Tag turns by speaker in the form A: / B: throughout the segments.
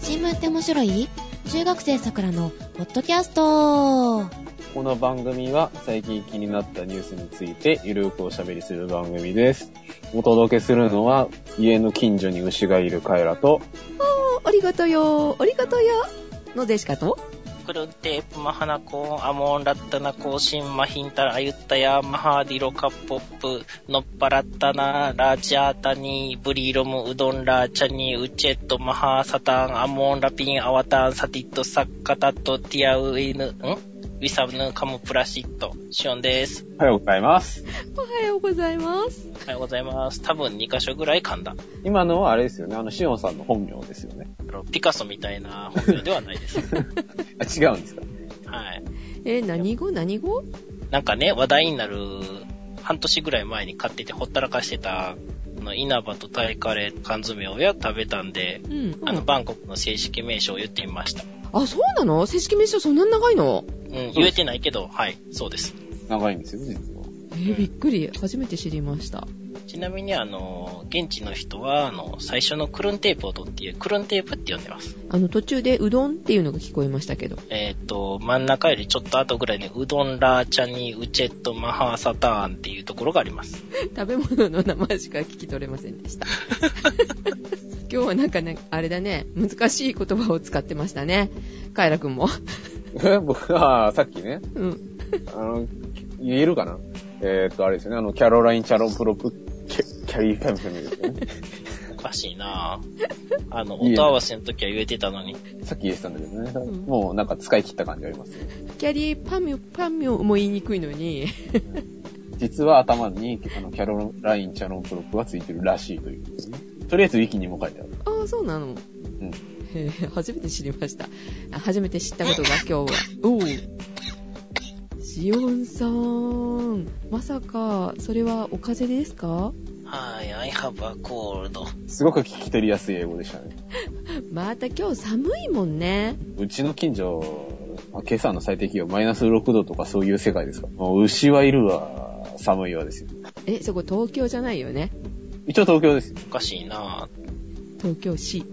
A: 新聞って面白い中学生さくらのポッドキャスト
B: この番組は最近気になったニュースについてゆるくおしゃべりする番組です。お届けするのは家の近所に牛がいるカエラと、
C: ありがとうよ、ありがとうよ。のでしかと
D: クルンテープマハナコンアモンラッタナコーシンマヒンタラアユッタヤマハーディロカッポップノッパラッタナラチャータニブリロムウドンラチャニウチェットマハサタンアモンラピンアワタンサティットサッカタットティアウイヌんウィサムヌカムプラシットシオンです。
B: おはようございます。
C: おはようございます。
D: おはようございます。多分2箇所ぐらい噛んだ。
B: 今のはあれですよね、あの、シオンさんの本名ですよね。
D: あのピカソみたいな本名ではないです。
B: あ、違うんですか
D: はい。
C: え、何語何語
D: なんかね、話題になる、半年ぐらい前に買っててほったらかしてた、あの稲葉とタイカレー缶詰をや食べたんで、
C: うん。
D: あの、バンコクの正式名称を言ってみました。うん、
C: あ、そうなの正式名称そんなに長いの
D: 言えてないけど、はい、そうです。
B: 長いんですよ、実は。
C: えーびっくり。初めて知りました。
D: ちなみに、あの、現地の人は、あの、最初のクルンテープを取って、クルンテープって呼んでます。
C: あの、途中でうどんっていうのが聞こえましたけど。
D: えっ、と、真ん中よりちょっと後ぐらいに、うどんラーチャニウチェットマハーサターンっていうところがあります。
C: 食べ物の名前しか聞き取れませんで した。今日はなんかね、あれだね、難しい言葉を使ってましたね。カイラくんも。
B: え僕は、さっきね、
C: うん。
B: あの、言えるかなえーっと、あれですよね、あの、キャロライン・チャロプロプ、キャキャリー・タムですよね。
D: おかしいなぁ。あの、
B: いえ
D: 音合わせの時は言えてたのに。
B: さっき言えてたんだけどね、
C: ん
B: もうなんか使い切った感じありますね。
C: キャリーパミュ、パミュも言いにくいのに。
B: 実は頭にあのキャロライン・チャロンプロップがついてるらしいという、とりあえずウィキにも書いてある。
C: ああ、そうなの。
B: うん
C: へー 初めて知りました。あ初めて知ったことが今日は。おう。しおんさん。まさか、それはお風邪ですか
D: はい、I have a cold.
B: すごく聞き取りやすい英語でしたね。
C: また今日寒いもんね。
B: うちの近所、まあ今朝の最低気温マイナス6度とかそういう世界ですから、もう牛はいるわ、寒いわですよ。
C: え、そこ東京じゃないよね。
B: 一応東京ですよ。
D: おかしいなぁ。
C: 東京市。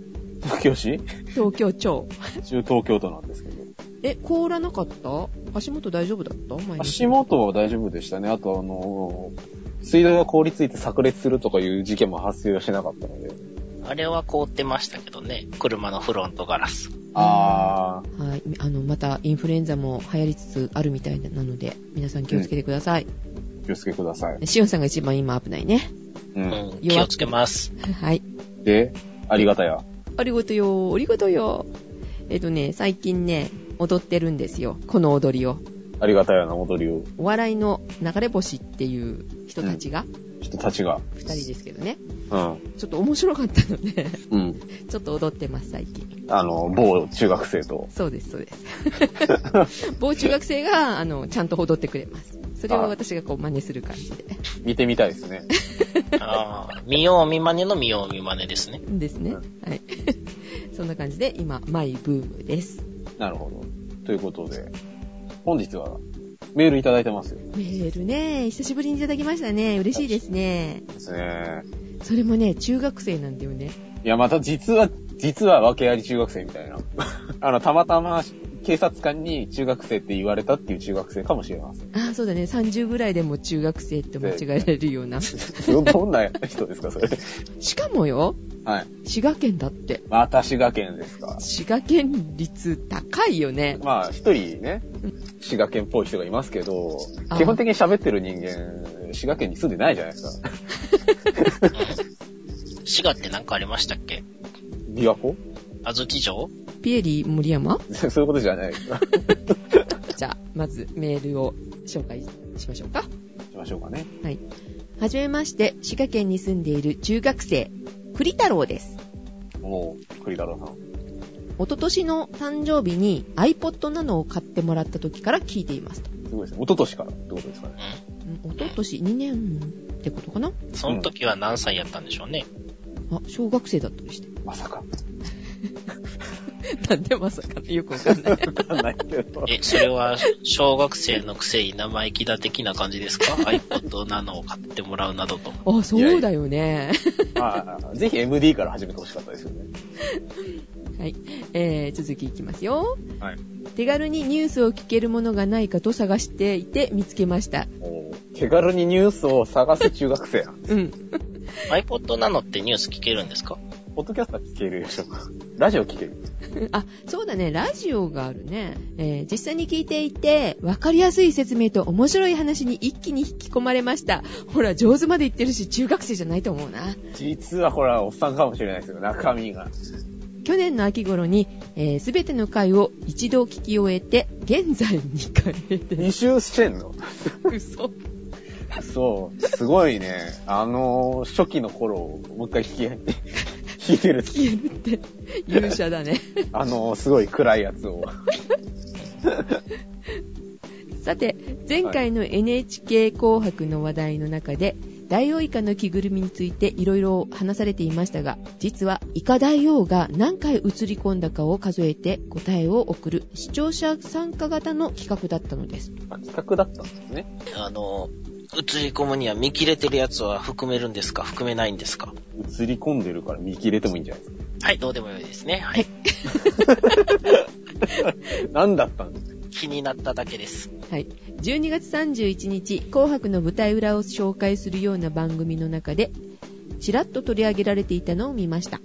B: 東京市
C: 東京町。
B: 中東京都なんですけど。
C: え、凍らなかった足元大丈夫だった前に
B: 足元は大丈夫でしたね。あとあの、水道が凍りついて炸裂するとかいう事件も発生はしなかったので。
D: あれは凍ってましたけどね。車のフロントガラス。
B: あ
C: はい。あの、またインフルエンザも流行りつつあるみたいなので、皆さん気をつけてください。
B: ー、気をつけください。
C: しおんさんが一番今危ない ね。
B: う。
D: うんん、気をつけます。
C: はい。
B: で、ありがたや。
C: ありがとよ、ありがとよ。えっとね、最近ね、踊ってるんですよ。この踊りを。
B: ありがたいような戻りを、
C: お笑いの流れ星っていう人たちが、
B: 人たちが。
C: 二人ですけどね。
B: うん。
C: ちょっと面白かったので、
B: うん。
C: ちょっと踊ってます、最近。
B: あの、某中学生と。
C: そうです、そうです。 某中学生が、あの、ちゃんと踊ってくれます。それを私がこう真似する感じで。
B: 見てみたいです ね。
D: ああ、見よう見まねの見よう見まねですね。
C: ですね。
B: う
C: はい。 そんな感じで、今、マイブームです。
B: なるほど。ということで、本日はメールいただいてますよ。
C: メールね、久しぶりにいただきましたね。嬉しいですね。
B: ですね。
C: それもね、中学生なんだよね。
B: いや、また実は、実は訳あり中学生みたいな。 あの、たまたま警察官に中学生って言われたっていう中学生かもしれ ません。
C: ああ、そうだね。30ぐらいでも中学生って間違えられるような。し
B: どんな人ですか、それ。
C: かもよ、
B: はい。
C: 滋賀県だって。
B: また滋賀県ですか。
C: 滋賀県率高いよね。
B: まあ、一人ね、滋賀県っぽい人がいますけど、
C: あ
B: 基本的に喋ってる人間、滋賀県に住んでないじゃないですか。
D: うん滋賀って何かありましたっけ
B: 琵琶湖
D: 小豆城
C: ピエリ森山
B: そういうことじゃない。し
C: じゃあ、まずメールを紹介しましょうか。
B: ましょうかね。
C: はじめまして、滋賀県に住んでいる中学生、栗太郎です。
B: もう、栗太郎さん。
C: おととしの誕生日に iPod なのを買ってもらった時から聞いていますと。
B: すごいですね。一昨年からってことですかね。
C: うんおととし2年ってことかな
D: その時は何歳やったんでしょうね。
C: あ、小学生だったりして。
B: まさか。
C: なんでまさかねよくわかんない。
B: わかんないけ ど。
D: え、それは、小学生のくせに生意気だ的な感じですか ?iPod なのを買ってもらうなどと。
C: あ、そうだよね。
B: まあ、ぜひ MD から始めてほしかったですよね。
C: はい。えー、続きいきますよ。
B: はい。
C: 手軽にニュースを聞けるものがないかと探していて見つけました。
B: おー手軽にニュースを探す中学生や。
C: うん。
D: iPod なのってニュース聞けるんですか
B: ポッドキャストは聞けるでしょ。 ラジオ聞ける。
C: あ、そうだね。ラジオがあるね。えー、実際に聞いていて、わかりやすい説明と面白い話に一気に引き込まれました。ほら、上手まで言ってるし、中学生じゃないと思うな。
B: 実はこれはおっさんかもしれないですよ、中身 が。
C: 去年の秋頃に、えー、全ての回を一度聞き終えて、現在2回目 で
B: 二周してんの
C: 嘘。
B: そう。すごいね。あのー初期の頃をもう一回聞き、 聞いてる。
C: 消えるって、勇者だね。
B: あのーすごい暗いやつを。
C: さて、前回の NHK 紅白の話題の中で、ダイオウイカの着ぐるみについていろいろ話されていましたが、実はイカ大王が何回映り込んだかを数えて答えを送る視聴者参加型の企画だったのです。
B: あ企画だったんですね。
D: あの、映り込むには見切れてるやつは含めるんですか含めないんですか
B: 映り込んでるから見切れてもいいんじゃないです
D: はい、どうでもよいですね。はい。
B: か。何だったんですか
D: 気になっただけです。
C: はい。12月31日、紅白の舞台裏を紹介するような番組の中で、ちらっと取り上げられていたのを見ました。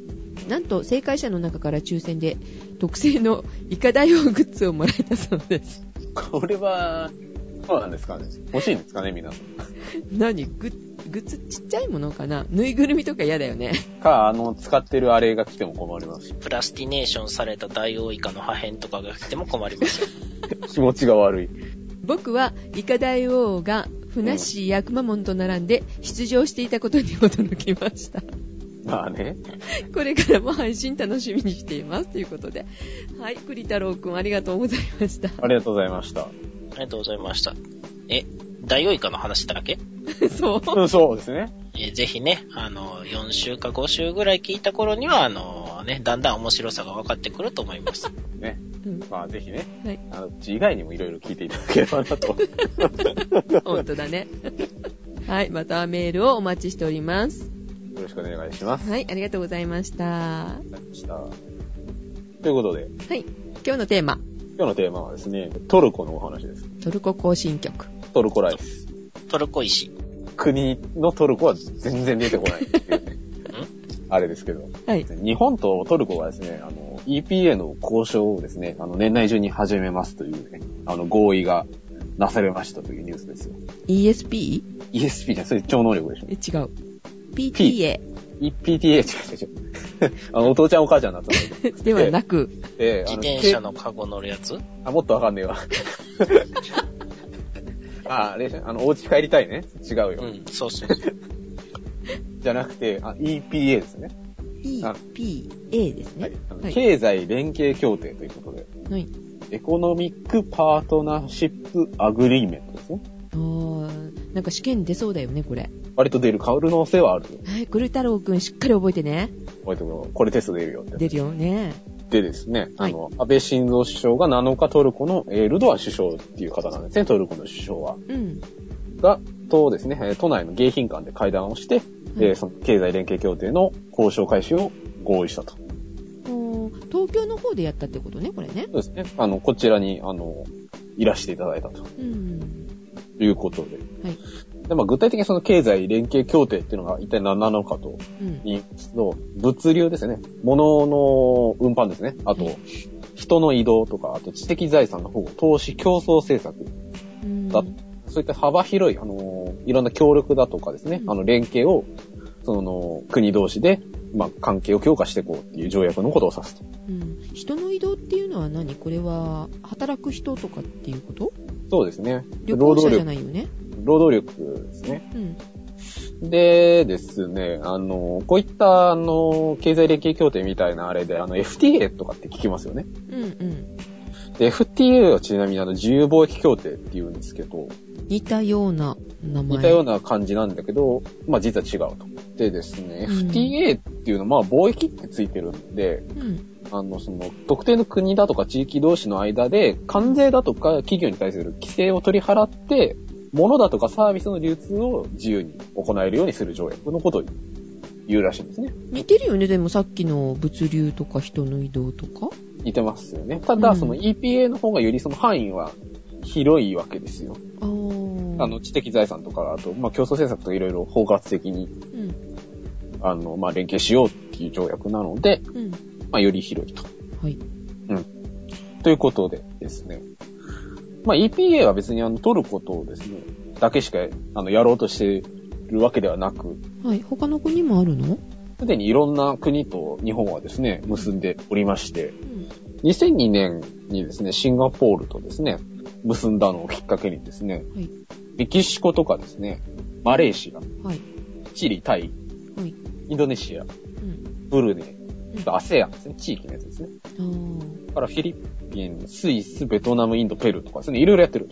C: なんと、正解者の中から抽選で、特製のイカ大王グッズをもらえたそうです。
B: これは、そうなんですかね。欲しいんですかね、皆さん。
C: 何グッグッズちっちゃいものかなぬいぐるみとか嫌だよね。
B: か、あの、使ってるあれが来ても困りますし、
D: プラスティネーションされたダイオウイカの破片とかが来ても困りますよ。
B: 気持ちが悪い。
C: 僕は、イカ大王が、ふなっしーやくまモンと並んで出場していたことに驚きました。
B: まあね。
C: これからも配信楽しみにしていますということで。はい、栗太郎くんありがとうございました。
B: ありがとうございました。
D: ありがとうございました。え、ダイオウイカの話だけ
C: そう。
B: うん、そうですね。
D: えーぜひね、あの、4週か5週ぐらい聞いた頃には、あの、ね、だんだん面白さが分かってくると思い ます。
B: ね。
C: うん
B: まあ、ぜひね、
C: はい、
B: あの、うち以外にもいろいろ聞いていただければなと。
C: 本当だね。 はい、またメールをお待ちしております。
B: よろしくお願いします。
C: はい、ありがとうございました。は
B: わかりましたということで、
C: い、今日のテーマ、
B: 今日のテーマはですね、トルコのお話です。
C: トルコ行進曲。
B: トルコライス。
D: トルコ石。
B: 国のトルコは全然出てこないっていう ねあれですけど。
C: はい、
B: 日本とトルコがですね、あの、EPA の交渉をですね、あの、年内中に始めますというね、あの、合意がなされましたというニュースですよ。
C: ESP?
B: ESP じゃ、それ超能力でしょ
C: え違う。PTA
B: ?PTA、違う違う違う。 あの、お父ちゃんお母ちゃんになったの
C: ではなく、
B: で、あ
D: 自
B: の、
D: 転車のカゴ乗るやつ
B: あ、もっとわかんねえ わ。あ、あれじゃんあの、お家帰りたいね。違うよ。
D: うん、そうそう。
B: じゃなくて、あ EPA ですね。あ
C: EPA です
B: は
C: ね
B: い。あの
C: はい
B: 経済連携協定ということで、
C: はい。
B: エコノミックパートナーシップアグリーメントですね。
C: あー、なんか試験出そうだよね、これ。
B: 割と出る可能性はあるよ。
C: はい、栗太郎くんしっかり覚えてね。
B: 割とこれテスト出るよって。
C: 出るよね。
B: でですね、
C: はい
B: あの、安倍晋三首相が7日トルコのエルドアン首相っていう方なんですね、トルコの首相は。
C: うん。
B: が、とですね、えー都内の迎賓館で会談をして、
C: うん
B: えーその経済連携協定の交渉開始を合意したと。
C: おー東京の方でやったってことね、これね。
B: そうですね。あの、こちらに、あの、いらしていただいたと
C: うん。
B: いうことで。
C: はい。
B: で、まあ、具体的にその経済連携協定っていうのが一体何なのかと
C: うん。
B: 言いますと、物流ですね。物の運搬ですね。あ
C: は
B: と
C: い、
B: 人の移動とか、あと知的財産の保護、投資競争政策、
C: うん
B: だそういった幅広い、あの、いろんな協力だとかですね、
C: うん
B: あの、連携を、その、国同士で、まあ、関係を強化していこうっていう条約のことを指すと。
C: うん、人の移動っていうのは何これは働く人とかっていうこと
B: そうですね。
C: 旅
B: 労
C: 行者
B: 働
C: じゃ
B: 力、
C: ないよね。
B: 労働力ですね。
C: うん。
B: でですね、あの、こういった、あの、経済連携協定みたいなあれで、あの、FTA とかって聞きますよね。
C: うんうん。
B: で FTA はちなみにあの、自由貿易協定って言うんですけど、
C: 似たような名前。
B: 似たような感じなんだけど、まあ実は違うと。でですね、
C: うん
B: FTA っていうのは、まあ貿易ってついてるんで、
C: うん。
B: あの、その、特定の国だとか地域同士の間で、関税だとか企業に対する規制を取り払って、物だとかサービスの流通を自由に行えるようにする条約のことを言うらしいですね。
C: 似てるよね、でもさっきの物流とか人の移動とか。
B: 似てますよね。た
C: う
B: だ、
C: ん
B: その EPA の方がよりその範囲は広いわけですよ。
C: あー
B: あの、知的財産とか、あと、まあ、競争政策とかいろいろ包括的に、
C: うん、
B: あの、まあ、連携しようっていう条約なので、
C: うん。
B: まあ、より広いと。
C: はい。
B: ということでですね。まあ、EPA は別にあの、取ることをですね、だけしか、あの、やろうとしてるわけではなく、
C: はい。他の国もあるの
B: すでにいろんな国と日本はですね、結んでおりまして、
C: うん。
B: 2002年にですね、シンガポールとですね、結んだのをきっかけにですね、
C: はい。
B: メキシコとかですね、マレーシア、
C: はい。
B: チリ、タイ、
C: はい。
B: インドネシア、
C: うん。
B: ブルネ
C: うん
B: イ、アセアンですね、地域のやつですね。
C: あー
B: だからフィリピン、スイス、ベトナム、インド、ペルーとかですね、いろいろやってる。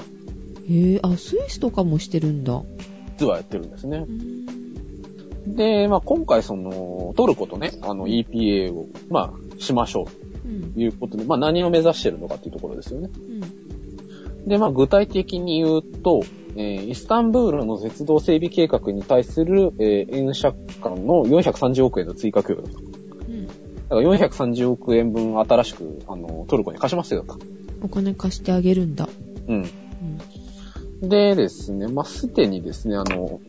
C: へえ、あ、スイスとかもしてるんだ。う
B: 実はやってるんですね
C: ー。ん。
B: で、まあ今回その、トルコとね、あの EPA を、まあ、しましょう
C: うん
B: と。いうことで、まあ何を目指してるのかっていうところですよね。
C: うん。
B: で、まあ、具体的に言うと、えーイスタンブールの鉄道整備計画に対する、えー、円借款の430億円の追加供与だと。
C: うん。
B: だから430億円分新しく、あの、トルコに貸しますよと。
C: お金貸してあげるんだ。
B: うん。
C: うん。
B: でですね、まあ、すでにですね、あの、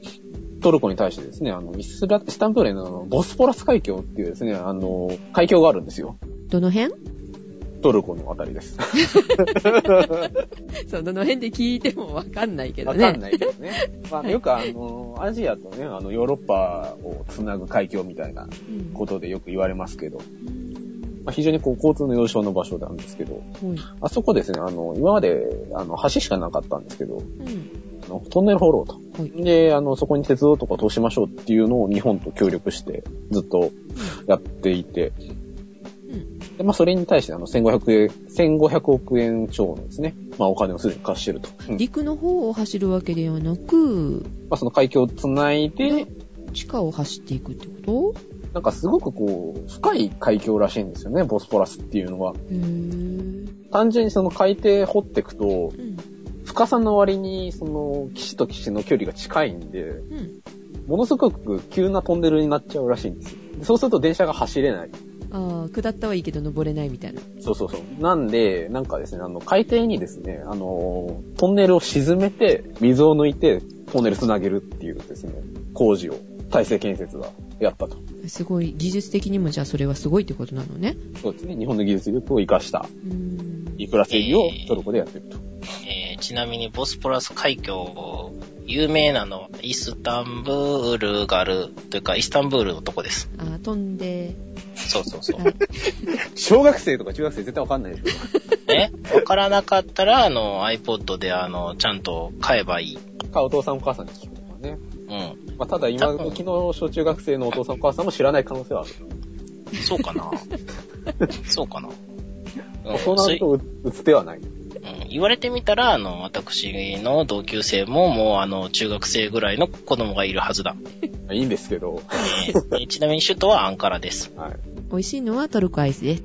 B: トルコに対してですね、あの、イスラ、イスタンブールのあのボスポラス海峡っていうですね、あの、海峡があるんですよ。
C: どの辺
B: トルコのあたりです。
C: そう、どの辺で聞いてもわかんないけど
B: わ
C: ね。
B: かんないですね。まあ、よくあの、アジアとね、あの、ヨーロッパをつなぐ海峡みたいな
C: うん。
B: ことでよく言われますけど、ま
C: うん
B: あ、非常にこう交通の要衝の場所なんですけど、
C: はい。
B: あそこですね、あの、今まであの橋しかなかったんですけど、
C: うん。
B: あのトンネル掘ろうと。
C: はい。
B: で、あの、そこに鉄道とか通しましょうっていうのを日本と協力してずっとやっていて、
C: うん。
B: でまあ、それに対してあの、1500円、1500億円超のですね、まあ、お金をすでに貸してると。うん
C: 陸の方を走るわけではなく、
B: まあ、その海峡をつないで、
C: 地下を走っていくってこと
B: なんかすごくこう、深い海峡らしいんですよね、ボスポラスっていうのは。
C: へー
B: 単純にその海底掘っていくと、
C: うん。
B: 深さの割に、その、岸と岸の距離が近いんで、
C: うん。
B: ものすごく急なトンネルになっちゃうらしいんですよ。でそうすると電車が走れない。
C: ああ、下ったはいいけど登れないみたいな。
B: そうそうそう。なんで、なんかですね、あの、海底にですね、あの、トンネルを沈めて、水を抜いて、トンネル繋げるっていうですね、工事を、体制建設がやったと。
C: すごい、技術的にもじゃあそれはすごいってことなのね。
B: そうですね、日本の技術力を活かした、
C: うーん。
B: インフラ整備をトルコでやってると。
D: えーちなみにボスポラス海峡、有名なのはイスタンブールがある、というかイスタンブールのとこです。
C: あー飛んで、
D: そうそうそう。
C: はい。
B: 小学生とか中学生絶対わかんない でし
D: ね。わからなかったら、あの、iPod で、あの、ちゃんと買えばいい。
B: ょ。か、お父さんお母さんに聞くとかね。
D: うん。
B: まあ、ただ今時の小中学生のお父さんお母さんも知らない可能性はある。
D: そう かなそうかなうん
B: そうな
D: そ
B: る
D: い
B: とう打つ手はない。
D: うん言われてみたら、あの、私の同級生も、もう、あの、中学生ぐらいの子供がいるはず だ。
B: いいんですけど、
D: えーえーちなみに首都はアンカラです。
B: はい。
C: 美味しいのはトルコアイスです。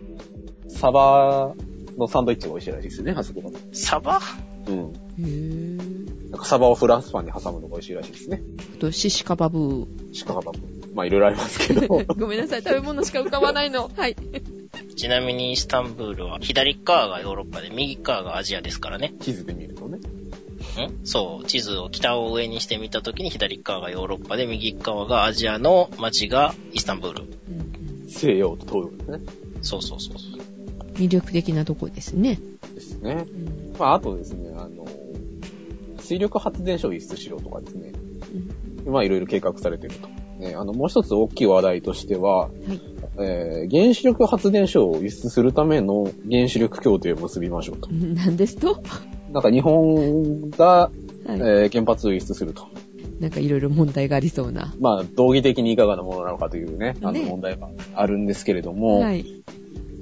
B: サバのサンドイッチが美味しいらしいですね、あそこの。
D: サバ
B: うん。
C: へー
B: なんかサバをフランスパンに挟むのが美味しいらしいですね。
C: あと、シシカバブー。
B: シカバブ。まあいろいろありますけ ど。
C: ごめんなさい、食べ物しか浮かばないの。 はい。
D: ちなみにイスタンブールは、左側がヨーロッパで、右側がアジアですからね。
B: 地図で見るとね。
D: んそう、地図を北を上にしてみたときに、左側がヨーロッパで、右側がアジアの街がイスタンブール。
B: 西洋と東洋ですね。
D: そうそうそうそう。
C: 魅力的なとこですね。
B: ですね。
C: うん
B: まああとですね、あの、水力発電所を輸出しようとかですね。まあいろいろ計画されてると。ね、あの、もう一つ大きい話題としては、
C: はい
B: えー原子力発電所を輸出するための原子力協定を結びましょうと
C: う。ん。なんですと、
B: なんか日本が、え
C: はい、
B: ー原発を輸出すると。
C: なんかいろいろ問題がありそうな。
B: まあ、道義的にいかがなものなのかというね、あの
C: ね
B: 問題があるんですけれども、
C: はい。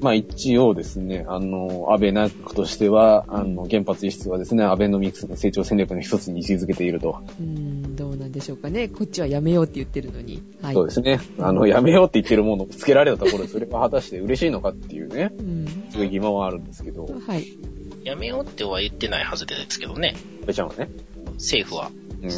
B: まあ一応ですね、あの、安倍内閣としては、あの、原発輸出はですね、安倍のミクスの成長戦略の一つに位置づけていると。
C: うん、どうなんでしょうかね。こっちはやめようって言ってるのに。はい。
B: そうですね。あの、やめようって言ってるものをつけられたところで、それが果たして嬉しいのかっていうね、
C: うん。
B: すごい疑問はあるんですけど、安
C: はい。
D: やめようっては言ってないはずですけどね、
B: 倍ちゃんはね。
D: 政府は。
B: うん。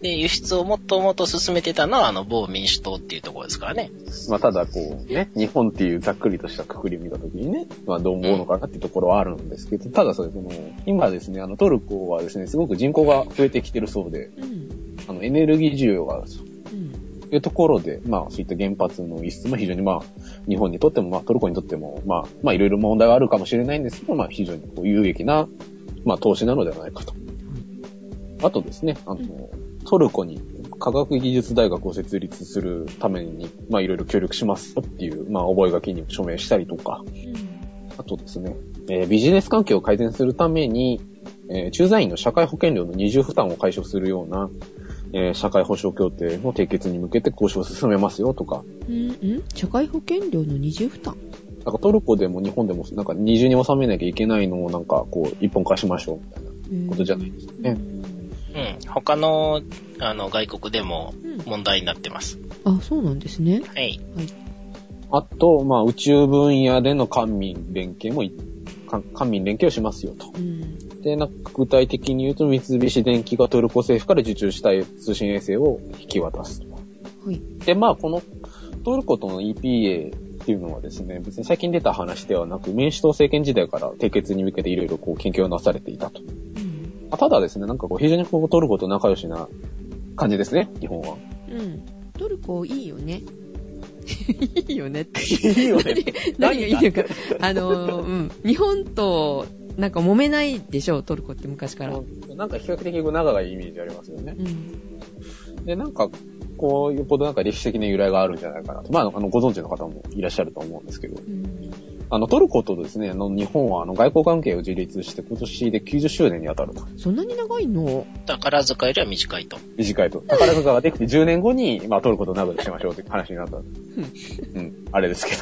D: で、輸出をもっともっと進めてたのは、あの、某民主党っていうところですからね。
B: まあ、ただこうね、日本っていうざっくりとしたくくりを見たときにね、まあ、どう思うのかなっていうところはあるんですけど、ただそうですね、今ですね、あの、トルコはですね、すごく人口が増えてきてるそうで、
C: うん。
B: あの、エネルギー需要があると
C: うん。
B: いうところで、まあ、そういった原発の輸出も非常にまあ、日本にとっても、まあ、トルコにとっても、まあ、まあ、いろいろ問題はあるかもしれないんですけど、まあ、非常にこう有益な、まあ、投資なのではないかと。あとですね、あの、トルコに科学技術大学を設立するために、まあ、いろいろ協力しますっていう、まあ、覚書に署名したりとか、あとですね、えービジネス関係を改善するために、えー駐在員の社会保険料の二重負担を解消するような、えー社会保障協定の締結に向けて交渉を進めますよとか、
C: うん。うん。社会保険料の二重負担。
B: なんかトルコでも日本でもなんか二重に収めなきゃいけないのをなんかこう一本化しましょうみたいなことじゃないですかね。
D: うん。他の、あの、外国でも
C: うん。
D: 問題になってます。
C: あ、そうなんですね。
D: はい。
B: あと、まあ宇宙分野での官民連携もい、官官民連携をしますよと。
C: うん。
B: で、なんか具体的に言うと三菱電機がトルコ政府から受注したい通信衛星を引き渡すと。
C: はい。
B: で、まあ、このトルコとの EPA っていうのはですね、別に最近出た話ではなく、民主党政権時代から締結に向けていろいろこう研究をなされていたと。
C: うん。
B: まあただですね、なんかこう非常にこうトルコと仲良しな感じですね、日本は。
C: うん。トルコいいよね。 いいよねって。
B: いいよね。
C: 何がいいのか。あのー、うん。日本と、なんか揉めないでしょ、トルコって昔から。
B: なんか比較的こう仲がいいイメージありますよね。
C: うん。
B: で、なんか、こう、よっぽどなんか歴史的な由来があるんじゃないかなと。まあ、あの、ご存知の方もいらっしゃると思うんですけど。
C: うん。
B: あの、トルコとですね、あの、日本はあの、外交関係を樹立して今年で90周年に当たると。
C: そんなに長いの
D: 宝塚よりは短いと。
B: 短いと。宝塚ができて10年後に、まあ、トルコと仲良くしましょうって話になった。うん。あれですけ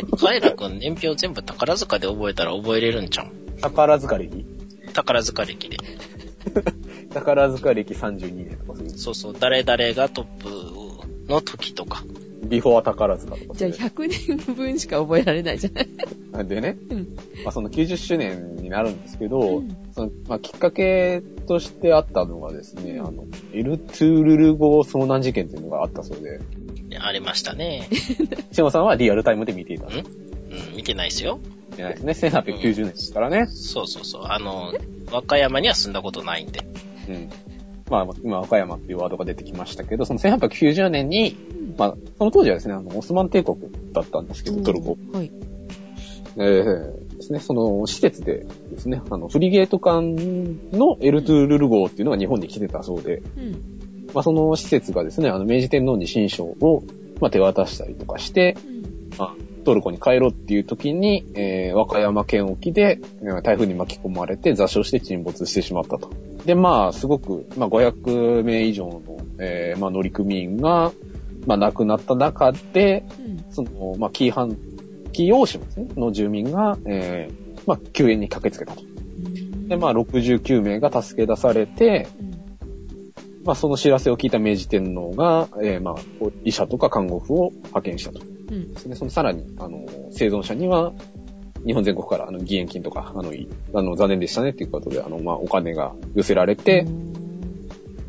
B: ど。
D: カエラくん年表全部宝塚で覚えたら覚えれるんじゃん。
B: 宝塚歴
D: 宝塚歴で。
B: 宝塚歴32年とかそういう。
D: そうそう、誰々がトップの時とか。
B: ビフォー宝塚とか
C: じ
B: そ
C: ゃ
B: う
C: あ
B: いう。
C: 100年分しか覚えられないじゃない
B: でね、
C: うん
B: まあ、その90周年になるんですけど、
C: うん
B: そのまあ、きっかけとしてあったのがですね、あの、エルトゥールル号遭難事件っていうのがあったそう で、
D: ありましたね。
B: シモさんはリアルタイムで見ていたん
D: んうん、見てないですよ。
B: じゃないですね。1890年ですからね。
D: そうそうそう。あの、和歌山には住んだことないんで。
B: うん。まあ、今、和歌山っていうワードが出てきましたけど、その1890年に、まあ、その当時はですね、あの、オスマン帝国だったんですけど、トルコ。。
C: はい。
B: えーですね、その施設でですね、あの、フリゲート艦のエルトゥールル号っていうのが日本に来てたそうで、
C: うん。
B: まあ、その施設がですね、あの、明治天皇に新章を、まあ、手渡したりとかして、
C: うん。
B: トルコに帰ろうっていう時に、えー和歌山県沖で、えー台風に巻き込まれて座礁して沈没してしまったと。で、まあ、すごく、まあ、500名以上の、えーまあ、乗組員が、まあ、亡くなった中で、
C: うん。
B: その、まあ、紀伊半、紀伊大島ですね、の住民が、えーまあ、救援に駆けつけたと。
C: うん
B: で、まあ、、69名が助け出されて、
C: うん
B: まあ、その知らせを聞いた明治天皇が、えーまあ、こう医者とか看護婦を派遣したと。
C: うん
B: ですね。そのさらに、あの、生存者には、日本全国から、あの、義援金とか、あの、いあの残念でしたねっていうことで、あの、まあ、お金が寄せられて、
C: うん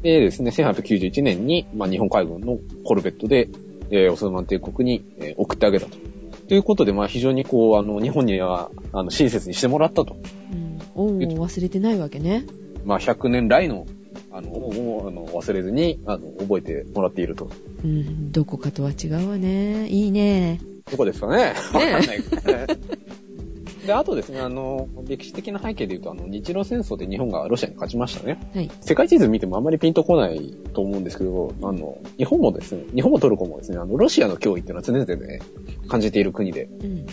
B: でですね、1891年に、まあ、日本海軍のコルベットで、えーオスマン帝国に、えー送ってあげたと。ということで、まあ、非常にこう、あの、日本には、あの、親切にしてもらったと。
C: うん。恩を忘れてないわけね。
B: まあ、100年来の、あの、をあの忘れずに、あの、覚えてもらっていると。
C: うん。どこかとは違うわね。いいね。
B: どこですかねわ
C: ね
B: かんないけどね。で、あとですね、あの、歴史的な背景で言うと、あの、日露戦争で日本がロシアに勝ちましたね。
C: はい。
B: 世界地図見てもあんまりピンとこないと思うんですけど、あの、日本もですね、日本もトルコもですね、あの、ロシアの脅威っていうのは常々ね、感じている国で、
C: うん。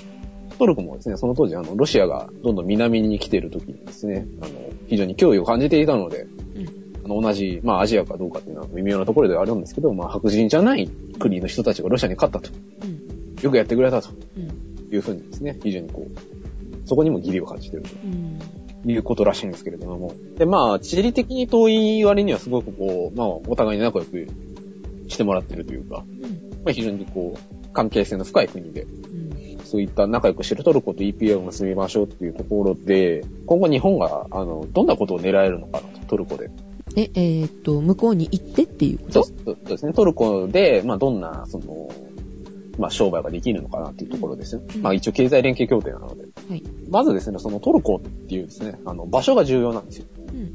B: トルコもですね、その当時、あの、ロシアがどんどん南に来ている時にですね、あの、非常に脅威を感じていたので、あの、同じ、まあ、アジアかどうかっていうのは微妙なところではあるんですけど、まあ、白人じゃない国の人たちがロシアに勝ったと。
C: うん。
B: よくやってくれたと。
C: うん。
B: いうふうにですね、非常にこう、そこにも義理を感じていると
C: うん。
B: いうことらしいんですけれども。で、まあ、地理的に遠い割にはすごくこう、まあ、お互いに仲良くしてもらってるというか、
C: うん。
B: まあ、非常にこう、関係性の深い国で、
C: うん。
B: そういった仲良くしてるトルコと EPA を結びましょうっていうところで、今後日本が、あの、どんなことを狙えるのかなと、トルコで。
C: え、えーっと、向こうに行ってっていうこ
B: そう
C: と
B: そうですね。トルコで、まあ、どんな、その、まあ、商売ができるのかなっていうところですね。
C: うん
B: まあ、一応経済連携協定なので。
C: はい
B: まずですね、そのトルコっていうですね、あの、場所が重要なんですよ。
C: うん。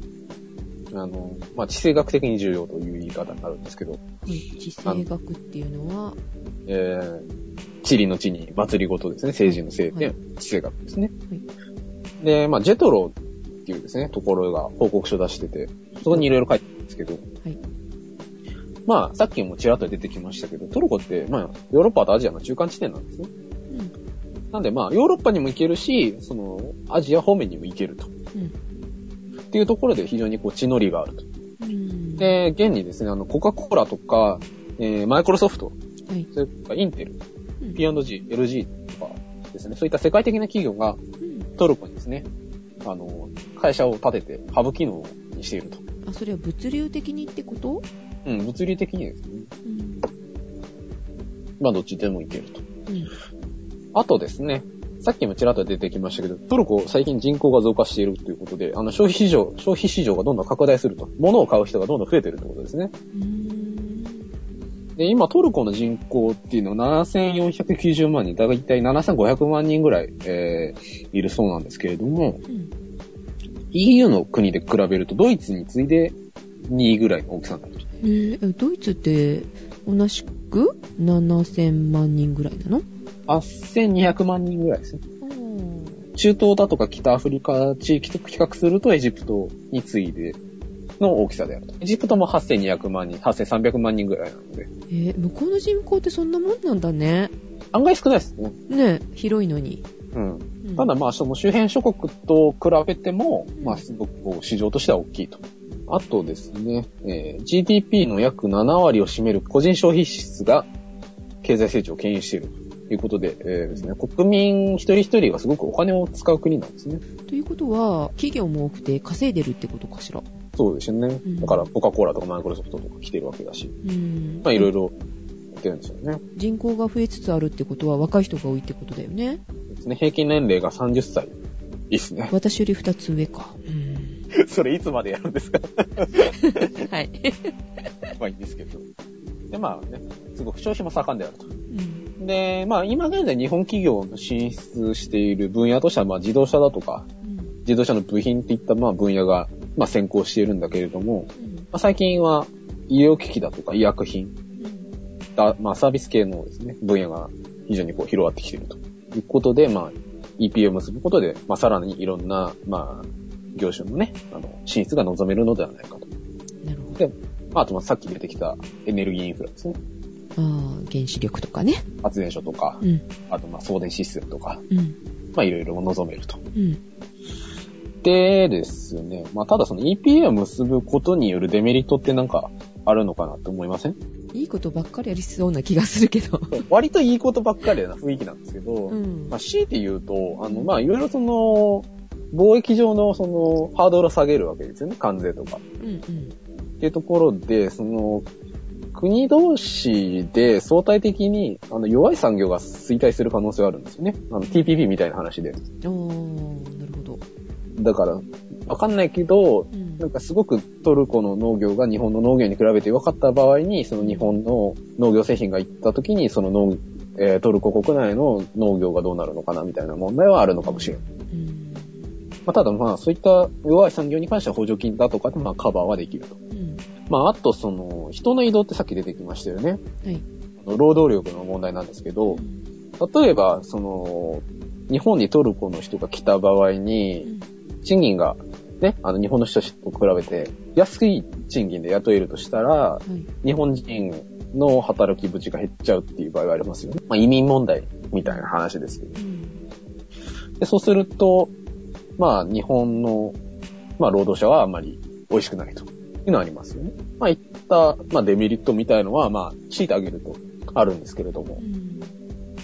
B: あの、まあ、地政学的に重要という言い方になるんですけど、
C: 地政学っていうのは、
B: えー、地理の地に祭りごとですね、政治の政で、
C: はい
B: 地政学ですね。
C: はい
B: で、まあ、ジェトロっていうですね、ところが報告書出してて、そこにいろいろ書いてあるんですけど、
C: はい
B: まあ、さっきもちらっと出てきましたけど、トルコって、まあ、ヨーロッパとアジアの中間地点なんですね。
C: うん。
B: なんで、まあ、ヨーロッパにも行けるし、その、アジア方面にも行けると。っていうところで非常にこう、地の利があると。
C: うん。、
B: で、現にですね、あの、コカ・コーラとか、えー、マイクロソフト、
C: はい。
B: それからインテル、
C: うん。
B: P&G、LG とかですね、そういった世界的な企業が
C: うん
B: トルコにですね、あの、会社を立てて、ハブ機能にしていると。
C: あ、それは物流的にってこと
B: うん、物理的にですね、
C: うん。
B: まあ、どっちでも行けると。
C: うん。
B: あとですね、さっきもちらっと出てきましたけど、トルコ最近人口が増加しているということで、あの消費市場、消費市場がどんどん拡大すると。物を買う人がどんどん増えてるってことですね。
C: うん。
B: で、今トルコの人口っていうのは7490万人、だいたい7500万人ぐらい、えー、いるそうなんですけれども、
C: うん。
B: EU の国で比べるとドイツに次いで2位ぐらいの大きさになると。
C: えードイツって、同じく7000万人ぐらいなの
B: 8200万人ぐらいですね。
C: うん。
B: 中東だとか北アフリカ地域と比較するとエジプトに次いでの大きさであると。エジプトも8200万人、8300万人ぐらいなので、
C: えー向こうの人口ってそんなもんなんだね。
B: 案外少ないですね。
C: ねえ広いのに。
B: うん。
C: うん
B: ただまあ、その周辺諸国と比べても
C: う、ん
B: まあ、すごくこう市場としては大きいと。あとですね、えー GDP の約7割を占める個人消費支出が経済成長を牽引しているということで、えーですね、国民一人一人がすごくお金を使う国なんですね。
C: ということは、企業も多くて稼いでるってことかしら。
B: そうですよね
C: うん。
B: だから、コカ・コーラとかマイクロソフトとか来てるわけだし、
C: うん。
B: まあ、いろいろやってるんですよね。
C: 人口が増えつつあるってことは若い人が多いってことだよね。。
B: ですね平均年齢が30歳。いいっすね
C: 私より2つ上か。うん。
B: それいつまでやるんですか
C: はい。
B: まあいいんですけど。で、まあね、すごく消費も盛んであると。
C: うん。
B: で、まあ今現在日本企業の進出している分野としては、まあ自動車だとか、
C: うん
B: 自動車の部品っていったまあ分野が、まあ先行しているんだけれども、
C: うん
B: まあ最近は医療機器だとか医薬品、
C: うん
B: だまあ、サービス系のですね、分野が非常にこう広がってきているということで、まあ、EPA を結ぶことで、まあ、さらにいろんな、まあ、業種のね、あの、進出が望めるのではないかと。
C: なるほど。
B: で、まあ、あと、まあ、さっき出てきたエネルギーインフラですね。
C: ああ、原子力とかね。
B: 発電所とか
C: う、ん。
B: あと、まあ、送電システムとか、
C: うん。
B: まあ、いろいろ望めると。
C: うん。
B: でですね、まあ、ただその EPA を結ぶことによるデメリットってなんか、あるのかなって思いません
C: いいことばっかりやりそうな気がするけど。
B: 割といいことばっかりな雰囲気なんですけど、
C: うん。
B: まあ、強いて言うと、あの、まあ、いろいろその、貿易上のその、ハードルを下げるわけですよね、関税とか。
C: うんうん。
B: っていうところで、その、国同士で相対的に、あの、弱い産業が衰退する可能性があるんですよね。あの、TPP みたいな話で。
C: おー、なるほど。
B: だから、わかんないけど、
C: うん
B: なんかすごくトルコの農業が日本の農業に比べて弱かった場合に、その日本の農業製品が行った時に、その農、えートルコ国内の農業がどうなるのかなみたいな問題はあるのかもしれない。
C: うん。
B: まあ、ただまあ、そういった弱い産業に関しては補助金だとかでまあカバーはできると。
C: うん。
B: まあ、あとその、人の移動ってさっき出てきましたよね。
C: はい。
B: あの労働力の問題なんですけど、例えば、その、日本にトルコの人が来た場合
C: う
B: に、
C: ん
B: 賃金が、ね、あの、日本の人と比べて、安い賃金で雇えるとしたら、
C: はい。
B: 日本人の働き口が減っちゃうっていう場合はありますよね。まあ、移民問題みたいな話ですけど。
C: うん。
B: で、そうすると、まあ、日本の、まあ、労働者はあんまり美味しくないというのはありますよね。まあ、いった、まあ、デメリットみたいのは、まあ、強いてあげるとあるんですけれども
C: う、ん。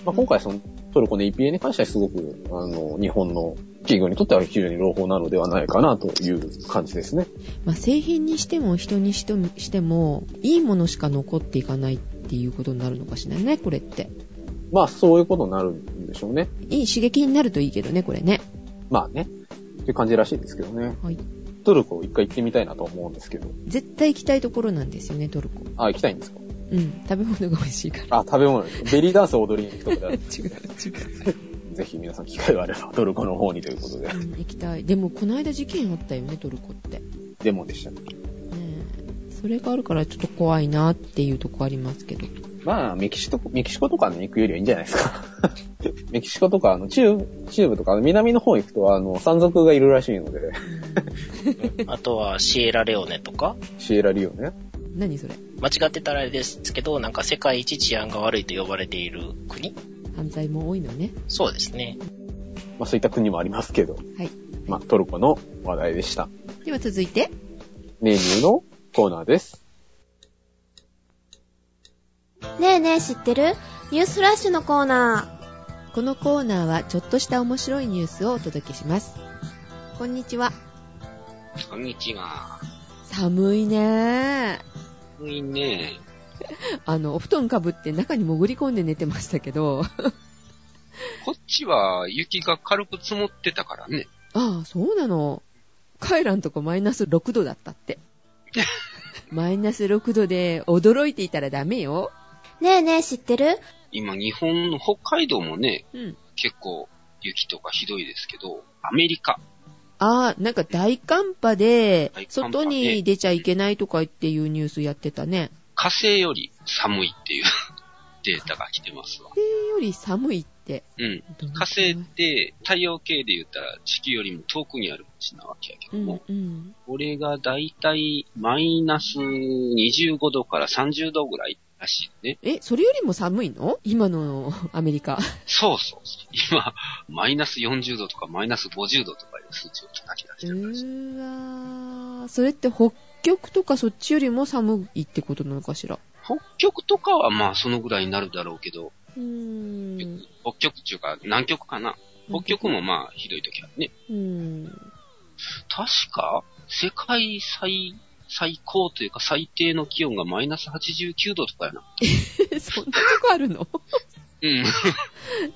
B: まあ、今回その、トルコの EPA に関してはすごく、あの、日本の企業にとっては非常に朗報なのではないかなという感じですね。
C: まあ、製品にしても人にしてもしてもいいものしか残っていかないっていうことになるのかしらねこれって
B: まあ、そういうことになるんでしょうね。
C: いい刺激になるといいけどねこれね
B: まあね。っていう感じらしいですけどね。
C: はい
B: トルコ一回行ってみたいなと思うんですけど。
C: 絶対行きたいところなんですよね、トルコ。
B: あ、行きたいんですか
C: うん。食べ物が美味しいから。
B: あ、食べ物です。ベリーダンスを踊りに行くとこである。
C: 違う違う、
B: ぜひ皆さん機会があればトルコの方にということで
C: う。ん、行きたいでもこの間事件あったよねトルコって、ね
B: デモでしたね。
C: え、それがあるからちょっと怖いなっていうとこありますけど
B: まあ、メキシコ、メキシコとかに行くよりはいいんじゃないですか。 メキシコとか、あの、中、中部とか、あの南の方行くと、あの、山賊がいるらしいので、
D: あとはシエラレオネとか
B: シエラリオね。
C: 何それ
D: 間違ってたらあれですけど、なんか世界一治安が悪いと呼ばれている国
C: 犯罪も多いのね
D: そうですね。
B: まあ、そういった国もありますけど、
C: はい
B: まあ、トルコの話題でした。
C: では続いて
B: ネーミューのコーナーです。
A: ねえねえ知ってるニュースフラッシュのコーナ
C: このコーナーはちょっとした面白いニュースをお届けしますこんにちは
E: こんにちは。
C: 寒いね
E: いいね。
C: あのお布団かぶって中に潜り込んで寝てましたけど
E: こっちは雪が軽く積もってたからね。
C: ああそうなの帰らんとこマイナス6度だったって マイナス6度で驚いていたらダメよ
A: ー。ねえねえ知ってる
E: 今日本の北海道もね、
C: うん
E: 結構雪とかひどいですけど、アメリカ。
C: ああ、なんか大寒波で
E: 大、寒波
C: 外
E: ね
C: に出ちゃいけないとかっていうニュースやってたね。
E: 火星より寒いっていう データが来てますわ。
C: それより寒いって。
E: うん。
C: どのく
E: 火
C: らい
E: 星って太陽系で言ったら地球よりも遠くにある星なわけやけ
C: う
E: ども、
C: ん、うん。
E: これがだいたいマイナス25度から30度ぐらいらしいね。
C: え、それよりも寒いの今のアメリ カ。
E: そうそうそう。今、 マイナス40度とかマイナス50度とかいう数値を叩き出し
C: う
E: てるらしい。
C: ーわーそれって北極とかそっちよりも寒いってことなのかしら。
E: 北極とかはまあそのぐらいになるだろうけど、
C: うーん。
E: 北極中か南極かな。北極もまあひどい時あるね。
C: うん。
E: 確か、世界最、最高というか最低の気温がマイナス89度とかやな。
C: そんなとこあるの
E: うん。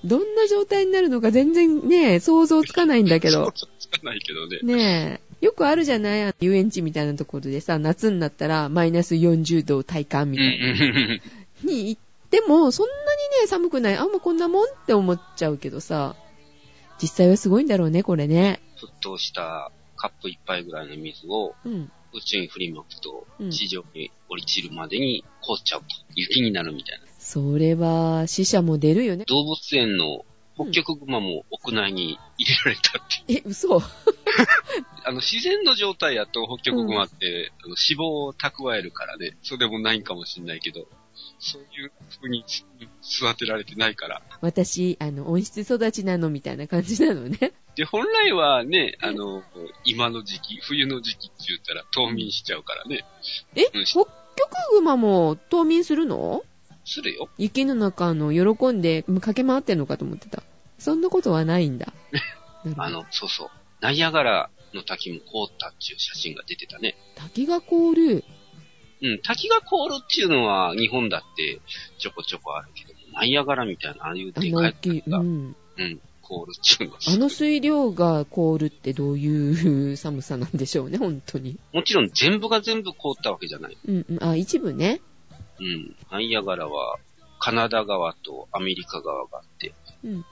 C: どんな状態になるのか全然ね、想像つかないんだけど。
E: そうつかないけどね。
C: ねえ。よくあるじゃないあの遊園地みたいなところでさ、夏になったらマイナス40度体感み
E: うん
C: た
E: う
C: いな。
E: ん
C: に行っても、そんなにね、寒くない。あ、もうこんなもんって思っちゃうけどさ。実際はすごいんだろうね、これね。
E: 沸騰したカップ一杯ぐらいの水を
C: うん。
E: 宇宙に振りまくと
C: うん。
E: 地上に降り散るまでに凍っちゃうと。雪になるみたいな。
C: それは、死者も出るよね。
E: 動物園の北極熊も屋内に入れられたって
C: え、嘘
E: あの、自然の状態やと北極熊って、あの脂肪を蓄えるからね、それでもないんかもしんないけど、そういう風に育てられてないから。
C: 私、あの、温室育ちなの、みたいな感じなのね。
E: で、本来はね、あの、今の時期、冬の時期って言ったら冬眠しちゃうからね。
C: え
E: うん
C: 北極熊も冬眠するの
E: するよ。
C: 雪の中の喜んで駆け回ってんのかと思ってた。そんなことはないん だ。なるほど
E: あの、そうそう。ナイアガラの滝も凍ったっていう写真が出てたね。
C: 滝が凍る。
E: うん、滝が凍るっていうのは日本だってちょこちょこあるけど、ナイアガラみたいな、ああいう
C: あ
E: で
C: の
E: かい
C: 大きい。
E: の
C: う
E: が、
C: ん。
E: うん、凍るっていうのはすご
C: あ
E: い
C: の水量が凍るってどういう寒さなんでしょうね、本当に。
E: もちろん全部が全部凍ったわけじゃない。
C: うんうん。あ、一部ね。
E: うん。ナイアガラは、カナダ側とアメリカ側があって。
C: うん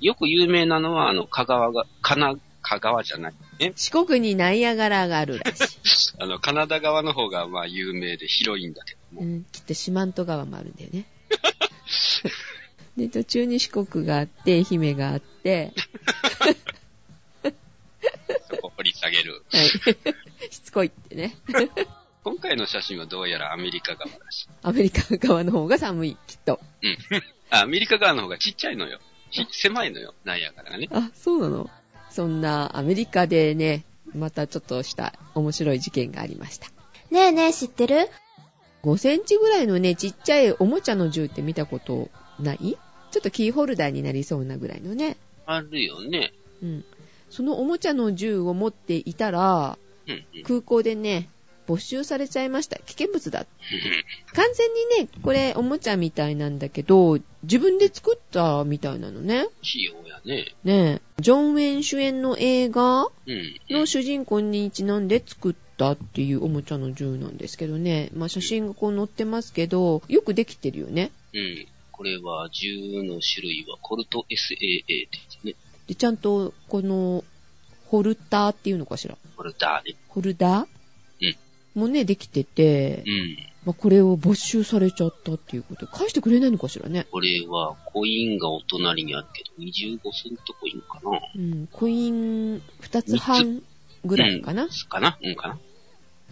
E: よく有名なのは、あの、香川が、かな、香川じゃない。
C: 四国にナイアガラがあるらし
E: あの、カナダ側の方が、まあ、有名で広いんだけ
C: い。
E: ど
C: う
E: も。
C: ん。きっと四万十川もあるんだよね。で、途中に四国があって、愛媛があって、
E: そこ掘り下げる。
C: はい。しつこいってね。
E: 今回の写真はどうやらアメリカ側らしい。
C: アメリカ側の方が寒い、きっと。
E: あ、アメリカ側の方がちっちゃいのよ。ひ狭いのよ、ナイアガラがね。
C: あ、そうなのそんなアメリカでね、またちょっとした面白い事件がありました。
A: ねえねえ知ってる
C: 5センチぐらいのね、ちっちゃいおもちゃの銃って見たことないちょっとキーホルダーになりそうなぐらいのね。
E: あるよね。
C: うん。そのおもちゃの銃を持っていたら、
E: うん、うん。
C: 空港でね、没収されちゃいました。危険物だ。完全にね、これおもちゃみたいなんだけど、自分で作ったみたいなのね。
E: 器用やね。
C: ねえ、ジョン・ウェイン主演の映画
E: うん。
C: の主人公にちなんで作ったっていうおもちゃの銃なんですけどね。まあ写真がこう載ってますけど、よくできてるよね。
E: うん。これは銃の種類はコルト SAA って言ってね。
C: で、ちゃんとこの、ホルダーっていうのかしら。
E: コルターね。
C: ホルダー
E: うん
C: もね、できてて
E: う、ん。
C: まあ、これを没収されちゃったっていうことで、返してくれないのかしらね。
E: これはコインがお隣にあるけど、25セントコインかな
C: うん、コイン2つ半ぐらいかな、
E: かなうんかな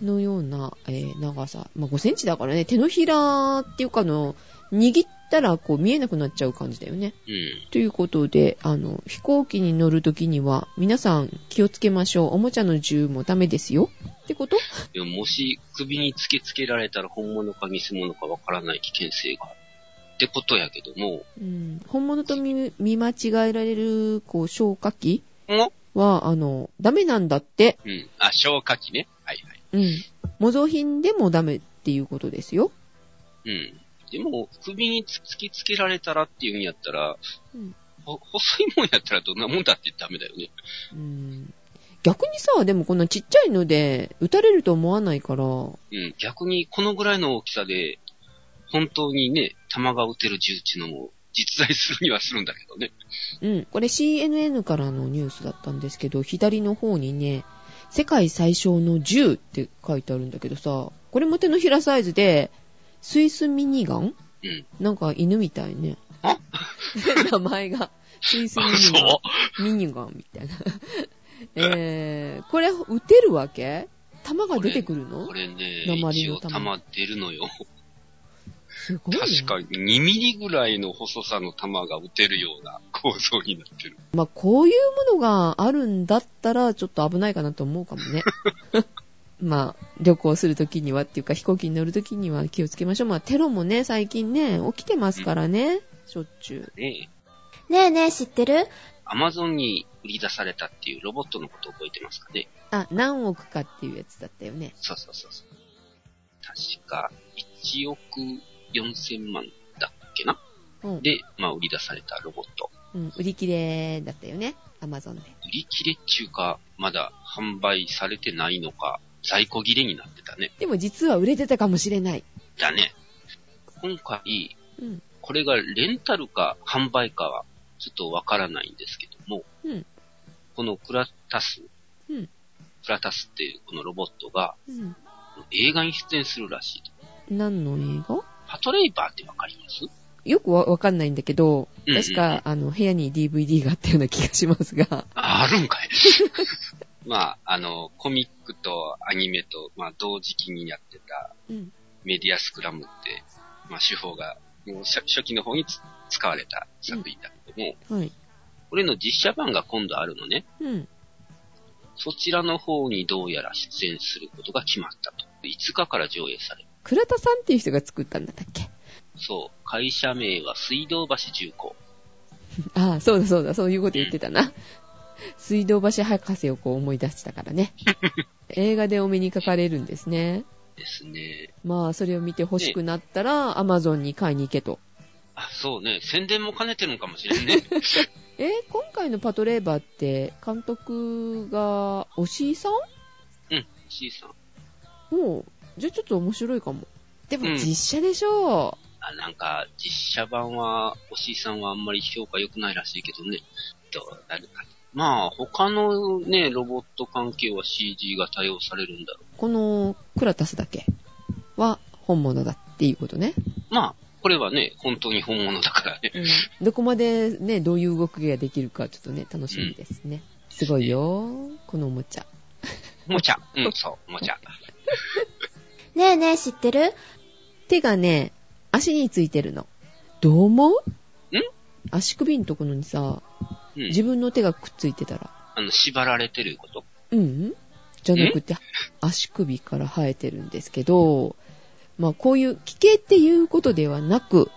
C: のような、えー長さ。まあ、5センチだからね、手のひらっていうかあの、握ったらこう見えなくなっちゃう感じだよね。
E: うん。
C: ということで、あの、飛行機に乗るときには、皆さん気をつけましょう。おもちゃの銃もダメですよ。ってこと
E: でももし首に突きつけられたら本物か偽物かわからない危険性がある。ってことやけども、
C: うん、本物と見見間違えられる、こう、消火器
E: ん
C: は、あの、ダメなんだって。
E: うん。あ、消火器ね。はいはい。
C: うん。模造品でもダメっていうことですよ。
E: うん。でも、首に突きつけられたらっていうんやったら、
C: うん
E: ほ細いもんやったらどんなもんだってダメだよね。
C: うん。逆にさ、でもこんなちっちゃいので、撃たれると思わないから、
E: うん。逆に、このぐらいの大きさで、本当にね、弾が撃てる銃っていうのも、実在するにはするんだけどね。
C: うん。これ CNN からのニュースだったんですけど、左の方にね、世界最小の銃って書いてあるんだけどさ、これも手のひらサイズで、スイスミニガン
E: うん。
C: なんか犬みたいね。
E: あ
C: 名前が。スイスミ
E: あ、
C: ニガン
E: そ。
C: ミニガンみたいな。 えー、これ撃てるわけ弾が出てくる
E: う
C: の
E: これね、
C: 鉛
E: 一
C: の
E: 応
C: 弾
E: 弾出るのよ。
C: すごい、ね。
E: 確かに、2ミリぐらいの細さの弾が撃てるような 構造になってる。
C: まあ、こういうものがあるんだったら、ちょっと危ないかなと思うかも ね。まあ、旅行するときにはっていうか、飛行機に乗るときには気をつけましょう。まあ、テロもね、最近ね、起きてますからね。しょっちゅう。
E: ね
A: ねえねえ、知ってる
E: え、アマゾンに売り出されたっていうロボットのこと覚えてますかね
C: あ、何億かっていうやつだったよね。
E: そうそうそうそう。確か、1億4千万だっけな
C: うん。
E: で、まあ、売り出されたロボット。
C: うん、売り切れだったよね。アマゾンで。
E: 売り切れっちゅうか、まだ販売されてないのか、在庫切れになってたね。
C: でも実は売れてたかもしれない。
E: だね。今回、
C: うん。
E: これがレンタルか販売かは、ちょっとわからないんですけども、
C: うん
E: このクラタス、
C: うん
E: クラタスっていうこのロボットが、
C: うん。
E: 映画に出演するらしい。
C: 何の映画
E: パトレイバーってわかります
C: よくわわかんないんだけど、
E: うんうん
C: 確か、あの、部屋に DVD があったような気がしますが。
E: ある んかい。まあ、あの、コミックとアニメと、まあ、同時期にやってた
C: うん。
E: メディアスクラムって、まあ、手法が、もう初初期の方につ使われた作品だけども、
C: はい。
E: これの実写版が今度あるのね。
C: うん。
E: そちらの方にどうやら出演することが決まったと。5日から上映される。
C: 倉田さんっていう人が作ったんだったっけ
E: そう、会社名は水道橋重工。
C: ああ、そうだそうだ、そういうこと言ってたな。水道橋博士をこう思い出したから ね。映画でお目にかかれるんですね。
E: ですね。
C: まあ、それを見て欲しくなったら、アマゾンに買いに行けと。
E: あ、そうね。宣伝も兼ねてるのかもしれ んね。
C: えー今回のパトレーバーって、監督が、おしいさん
E: うん、C さん。
C: もう、じゃあちょっと面白いかも。でも
E: うん
C: 実写でしょ
E: あなんか、実写版は、おしいさんはあんまり評価良くないらしいけどね。どうなるか。まあ、他のね、ロボット関係は CG が多用されるんだろ
C: この、クラタスだけは本物だっていうことね。
E: う。まあ、これはね、本当に本物だからね。
C: どこまでね、どういう動きができるか、ちょっとね、楽しみですね。すごいよー、このおもちゃ。
E: おもちゃ。うん、そう、おもちゃ。
A: ねえねえ、知ってる
C: 手がね、足についてるの。どう思うん足首のところにさ、
E: うん。
C: 自分の手がくっついてたら、
E: あの、縛られてること。
C: うん、じゃなくて、足首から生えてるんですけど、まあこういう、奇形っていうことではなく、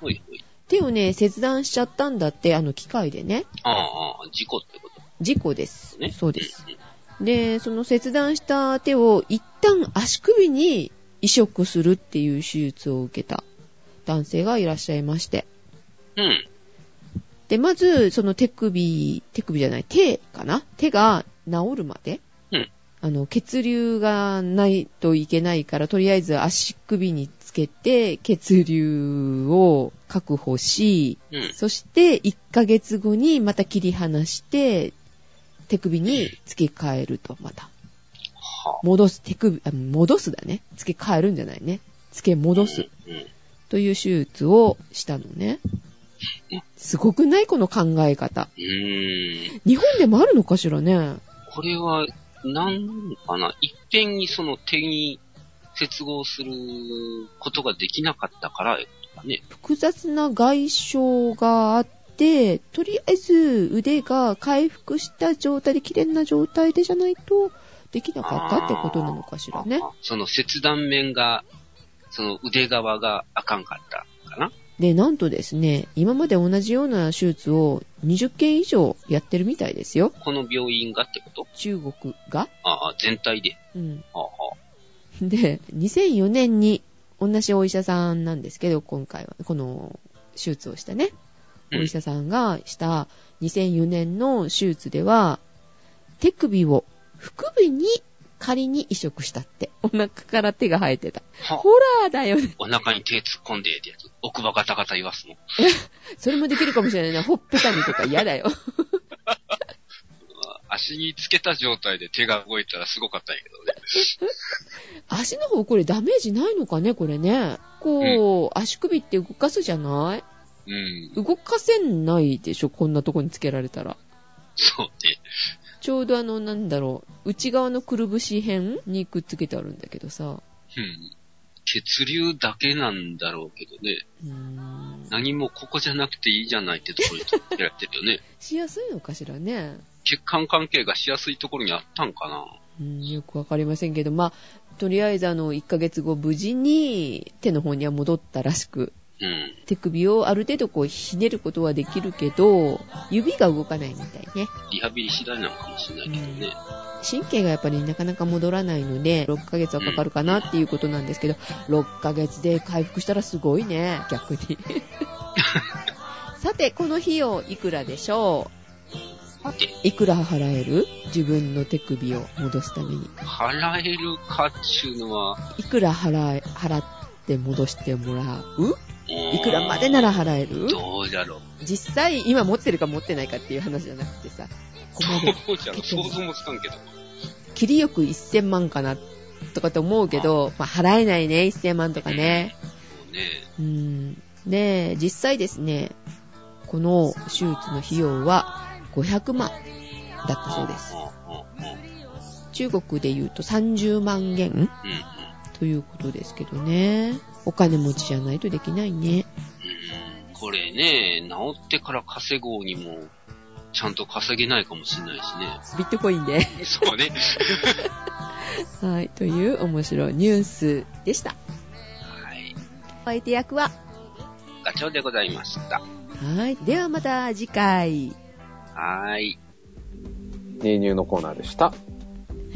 E: ほいほい。
C: 手をね、切断しちゃったんだって、あの機械でね。
E: ああああ、事故ってこと
C: 事故です。
E: ね
C: そうです。で、その切断した手を一旦足首に移植するっていう手術を受けた男性がいらっしゃいまして。
E: うん。
C: で、まず、その手首、手首じゃない、手かな手が治るまで、
E: うん
C: あの、血流がないといけないから、とりあえず足首につけて、血流を確保し、
E: うん。
C: そして1ヶ月後にまた切り離して、手首に付け替えると、また。
E: は
C: 戻す、手首、あ戻すだね。付け替えるんじゃないね。付け戻す。
E: うん。
C: という手術をしたのね。すごくないこの考え方。
E: うーん。
C: 日本でもあるのかしらね。
E: これは、なんなのかな一遍にその手に接合することができなかったから、ね。
C: 複雑な外傷があって、とりあえず腕が回復した状態で、綺麗な状態でじゃないと、できなかったってことなのかしらね。
E: あその切断面が、その腕側があかんかったかな
C: で、なんとですね、今まで同じような手術を20件以上やってるみたいですよ。
E: この病院がってこと
C: 中国が。
E: ああ、全体で。
C: うん。
E: ああ、
C: で、2004年に同じお医者さんなんですけど、今回は、この手術をしたね、
E: う
C: お
E: ん
C: 医者さんがした2004年の手術では、手首を腹部に仮に移植したって。お腹から手が生えてた。
E: は
C: ホラーだよね。
E: お腹に手突っ込んでってやつ。奥歯ガタガタ言わすの。
C: それもできるかもしれないな。ほっぺたにとか嫌 だよ。
E: 足につけた状態で手が動いたらすごかったんやけどね。
C: 足の方これダメージないのかね、これね。こう、足首って動かすじゃない
E: うん。
C: 動かせないでしょ、こんなとこにつけられたら。
E: そうね。
C: ちょうどあの、なんだろう、内側のくるぶし辺にくっつけてあるんだけどさ。
E: うん。血流だけなんだろうけどね。
C: うーん。
E: 何もここじゃなくていいじゃないってところにつけられてるよ ね。
C: しやすいのかしらね。
E: 血管関係がしやすいところにあったんかな。
C: うん、よくわかりませんけど、まあ、とりあえずあの、1ヶ月後無事に手の方には戻ったらしく、
E: うん。
C: 手首をある程度こうひねることはできるけど、指が動かないみたいね。
E: リハビリ次第なのかもしれないけどね。
C: 神経がやっぱりなかなか戻らないので、6ヶ月はかかるかなっていうことなんですけど、6ヶ月で回復したらすごいね、逆 に。さて、この費用いくらでしょ
E: さて、
C: ういくら払える自分の手首を戻すために。
E: 払えるかっちゅうのは、
C: いくら払え、払って戻してもらう
E: い
C: いくらまでなら払える
E: どうじゃろう。
C: 実際、今持ってるか持ってないかっていう話じゃなくてさ、ここまで
E: どうじゃろう。想像もつかんけど。
C: 切りよく1000万かなとかって思うけど、まあ払えないね、1000万とかね。
E: そうね。
C: うん。で、実際ですね、この手術の費用は500万だったそうです。
E: うんうんうん
C: 中国で言うと30万元
E: うんうん
C: ということですけどね。お金持ちじゃないとできないね。
E: うんこれね、治ってから稼ごうにも、ちゃんと稼げないかもしれないし
C: ビットコインで。
E: ね。そうね。
C: はい、という面白いニュースでした。
E: はい。
C: お相手役は
E: ガチョウでございました。
C: はい。ではまた次回。
E: はーい。
B: 乳乳のコーナーでした。
C: は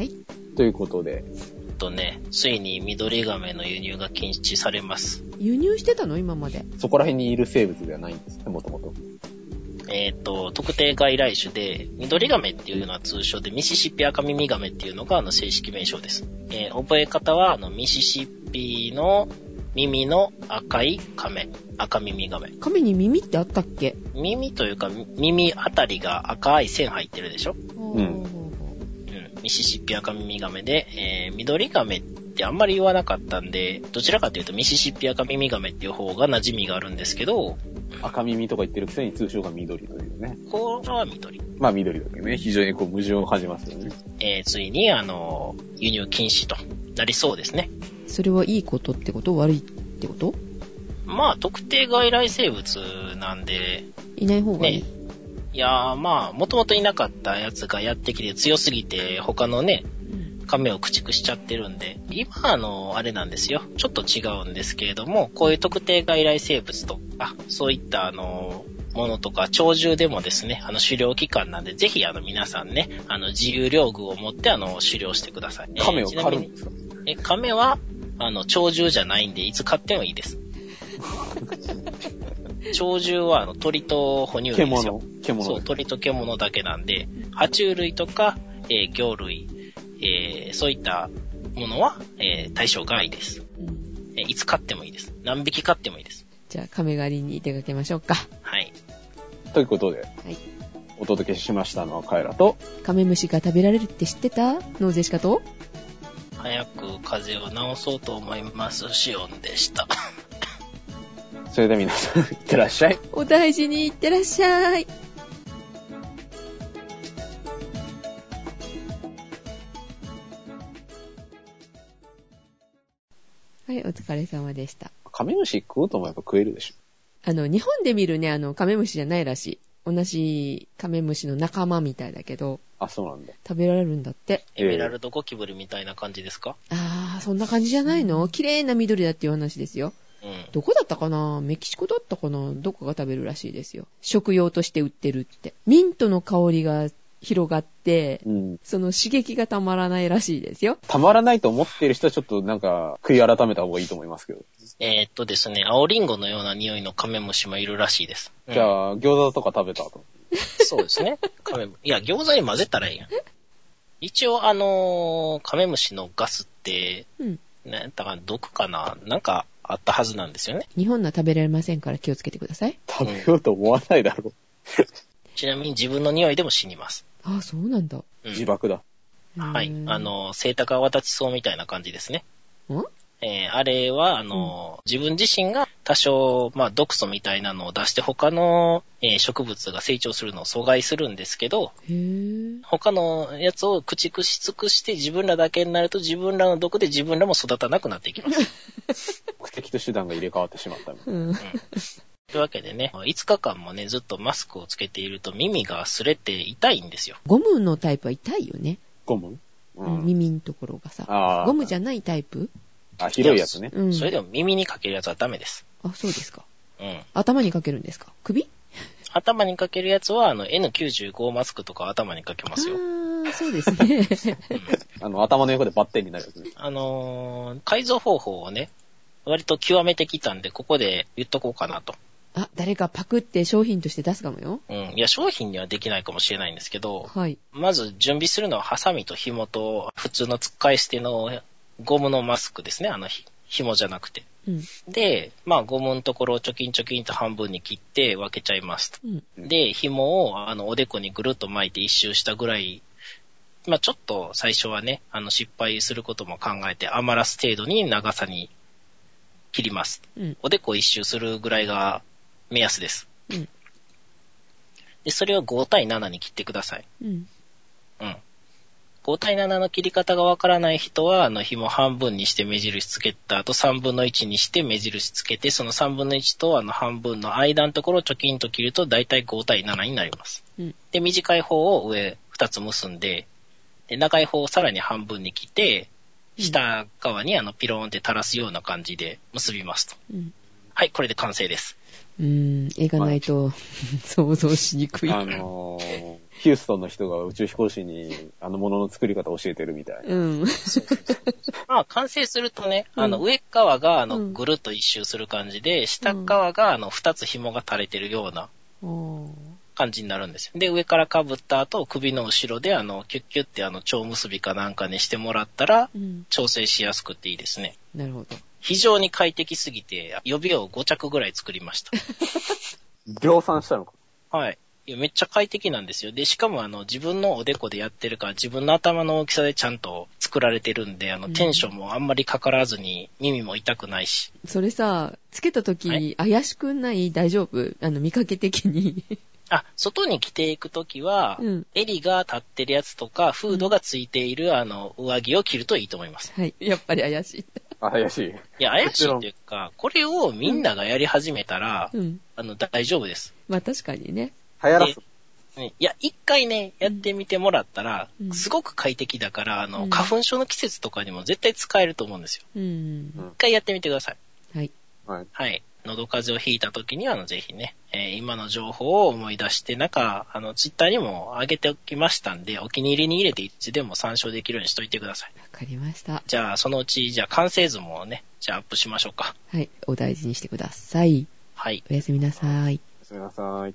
C: い。
B: ということで、
D: えっとね、ついに緑亀の輸入が禁止されます。
C: 輸入してたの今まで。
B: そこら辺にいる生物ではないんですね、もともと。
D: えっ、と、特定外来種で、緑亀っていうのは通称で、ミシシッピ赤耳亀っていうのがあの正式名称です。えー覚え方は、あの、ミシシッピの耳の赤い亀、赤耳亀。
C: 亀に耳ってあったっけ
D: 耳というか、耳あたりが赤い線入ってるでしょ
B: ん
D: うん、ミシシッピアカミミガメで、えー、緑ガメってあんまり言わなかったんで、どちらかというとミシシッピアカミミガメっていう方が馴染みがあるんですけど、
B: 赤耳とか言ってるくせに通称が緑というね。
D: これは緑。
B: まあ緑だけどね、非常にこう矛盾を感じますよね。
D: えー、ついに、あの、輸入禁止となりそうですね。
C: それはいいことってこと悪いってこと
D: まあ、特定外来生物なんで、
C: いない方がいい。
D: ねいやーまあ、もともといなかったやつがやってきて強すぎて、他のね、
C: うん
D: 亀を駆逐しちゃってるんで、今あの、あれなんですよ。ちょっと違うんですけれども、こういう特定外来生物とか、そういったあの、ものとか、鳥獣でもですね、あの、狩猟期間なんで、ぜひ、あの、皆さんね、あの、自由猟具を持って、あの、狩猟してください。
B: 亀を
D: ちなみ
B: 狩る
D: に
B: んですか
D: え、亀は、あの、鳥獣じゃないんで、いつ買ってもいい です。鳥獣は、あの、鳥と哺乳類ですよ
B: 獣。。獣。
D: そう、鳥と獣だけなんで、爬虫類とか、えー魚類、えーそういったものは、えー対象外です。
C: うん
D: えーいつ飼ってもいいです。何匹飼ってもいいです。
C: じゃあ、亀狩りに出かけましょうか。
D: はい。
B: ということで、
C: い
B: お届けしましたのはカエラと、
C: カメムシが食べられるって知ってたノーゼシカと
D: 早く風邪を治そうと思います。シオンでした。
B: それでは皆さん、いってらっしゃい。
C: お大事にいってらっしゃい。はい、お疲れ様でした。
B: カメムシ食おうと思えば食えるでしょ。
C: あの、日本で見るね、あの、カメムシじゃないらしい。同じカメムシの仲間みたいだけど、
B: あ、そうなんだ。
C: 食べられるんだって。
D: エメラルドゴキブリみたいな感じですか
C: あー、そんな感じじゃないの綺麗な緑だっていう話ですよ。
D: うん。
C: どこだったかなメキシコだったかなどこが食べるらしいですよ。食用として売ってるって。ミントの香りが広がって、
B: うん。
C: その刺激がたまらないらしいですよ。
B: たまらないと思っている人はちょっとなんか、食い改めた方がいいと思いますけど。
D: えーっとですね、青リンゴのような匂いのカメムシもいるらしいです。うん
B: じゃあ、餃子とか食べた後。
D: そうですね。カメムいや、餃子に混ぜたらいいやん。一応、あのーカメムシのガスって、
C: うん。
D: ね、だから毒かななんかあったはずなんですよね。
C: 日本のは食べられませんから気をつけてください。
B: 食べようと思わないだろ
D: ちなみに自分の匂いでも死にます。
C: ああ、そうなんだ。。
B: う。
D: うん
B: 自爆だ。
D: はいう
C: ん
D: あ、の、性格泡立ちそうみたいな感じですね。
C: ん
D: えーあれは、あの、自分自身が多少、まあ、毒素みたいなのを出して他の、えー植物が成長するのを阻害するんですけど、
C: へぇ
D: 他のやつを駆逐し尽くして自分らだけになると自分らの毒で自分らも育たなくなっていきます。
B: 目的と手段が入れ替わってしまったみたい
C: うん。
D: というわけでね、5日間もね、ずっとマスクをつけていると耳が擦れて痛いんですよ。
C: ゴムのタイプは痛いよね。
B: ゴムうん。
C: 耳のところがさ。
B: ああ。
C: ゴムじゃないタイプ
B: あ、広いやつね。
C: うん。
D: それでも耳にかけるやつはダメです。
C: あ、そうですか。
D: うん。
C: 頭にかけるんですか首
D: 頭にかけるやつは、あの、N95 マスクとか頭にかけますよ。
C: ああ、そうですね。
B: あの、頭の横でバッテンになるやつね。
D: あのー改造方法をね、割と極めてきたんで、ここで言っとこうかなと。
C: あ、誰かパクって商品として出すかもよ。
D: うん。いや、商品にはできないかもしれないんですけど、
C: はい。
D: まず準備するのは、ハサミと紐と、普通の使い捨てのゴムのマスクですね。あの、ひ紐じゃなくて。
C: うん。
D: で、まあ、ゴムのところをチョキンチョキンと半分に切って分けちゃいますと。
C: うん。
D: で、紐を、あの、おでこにぐるっと巻いて一周したぐらい、まあ、ちょっと最初はね、あの、失敗することも考えて余らす程度に長さに切ります。
C: うん。
D: おでこ一周するぐらいが目安です。
C: うん
D: で、それを5対7に切ってください。
C: うん。
D: うん。5対7の切り方がわからない人は、あの、紐半分にして目印つけた後、3分の1にして目印つけて、その3分の1とあの半分の間のところをチョキンと切ると、だいたい5対7になります。
C: うん
D: で、短い方を上2つ結んで、で、長い方をさらに半分に切って、
C: うん
D: 下側にあの、ピローンって垂らすような感じで結びますと。
C: うん。
D: はい、これで完成です。
C: うーん、絵がないと 想像しにくい。
B: あのー、ヒューストンの人が宇宙飛行士に、あの、ものの作り方を教えてるみたい。
C: うん。
D: まあ、完成するとね、あの、
C: うん
D: 上側が、あ
C: う
D: の、
C: ん
D: ぐるっと一周する感じで、下側が、あの、二つ紐が垂れてるような
C: おー
D: 感じになるんですよ。で、上から被った後、首の後ろで、あの、キュッキュッって、あの、蝶結びかなんかにしてもらったら、
C: うん。
D: 調整しやすくていいですね。
C: なるほど。
D: 非常に快適すぎて、予備を5着ぐらい作りま した。
B: 量産したのか。
D: はい。いやめっちゃ快適なんですよ。で、しかもあの、自分のおでこでやってるから、自分の頭の大きさでちゃんと作られてるんで、あ
C: う
D: の、
C: ん
D: テンションもあんまりかからずに、耳も痛くないし。
C: それさ、つけた時、
D: は
C: 怪しくない大丈夫あの、見かけ的に。
D: あ、外に着ていくときは、
C: うん。
D: 襟が立ってるやつとか、フードがついている、あの、上着を着るといいと思います。
C: はい。やっぱり怪しい。
B: あ、怪しい。
D: いや、怪しいっていうか、これをみんながやり始めたら、
C: うん。
D: あの、大丈夫です。
C: まあ確かにね。
B: 流行らす。
D: ねいや、一回ね、やってみてもらったら
C: う、ん
D: すごく快適だから、あ
C: う
D: の、
C: ん
D: 花粉症の季節とかにも絶対使えると思うんですよ。
C: うん。
D: 一回やってみてください。
C: はい。
B: はい。
D: はい。喉風邪をひいた時には、あの、ぜひね、えー今の情報を思い出して、なんか、あの、ツイッターにも上げておきましたんで、お気に入りに入れていつでも参照できるようにしといてください。
C: かりました。
D: じゃあ、そのうち、じゃあ、完成図もね、じゃあ、アップしましょうか。
C: はい。お大事にしてください。
D: はい。
C: おやすみなさい。
B: すみなさい。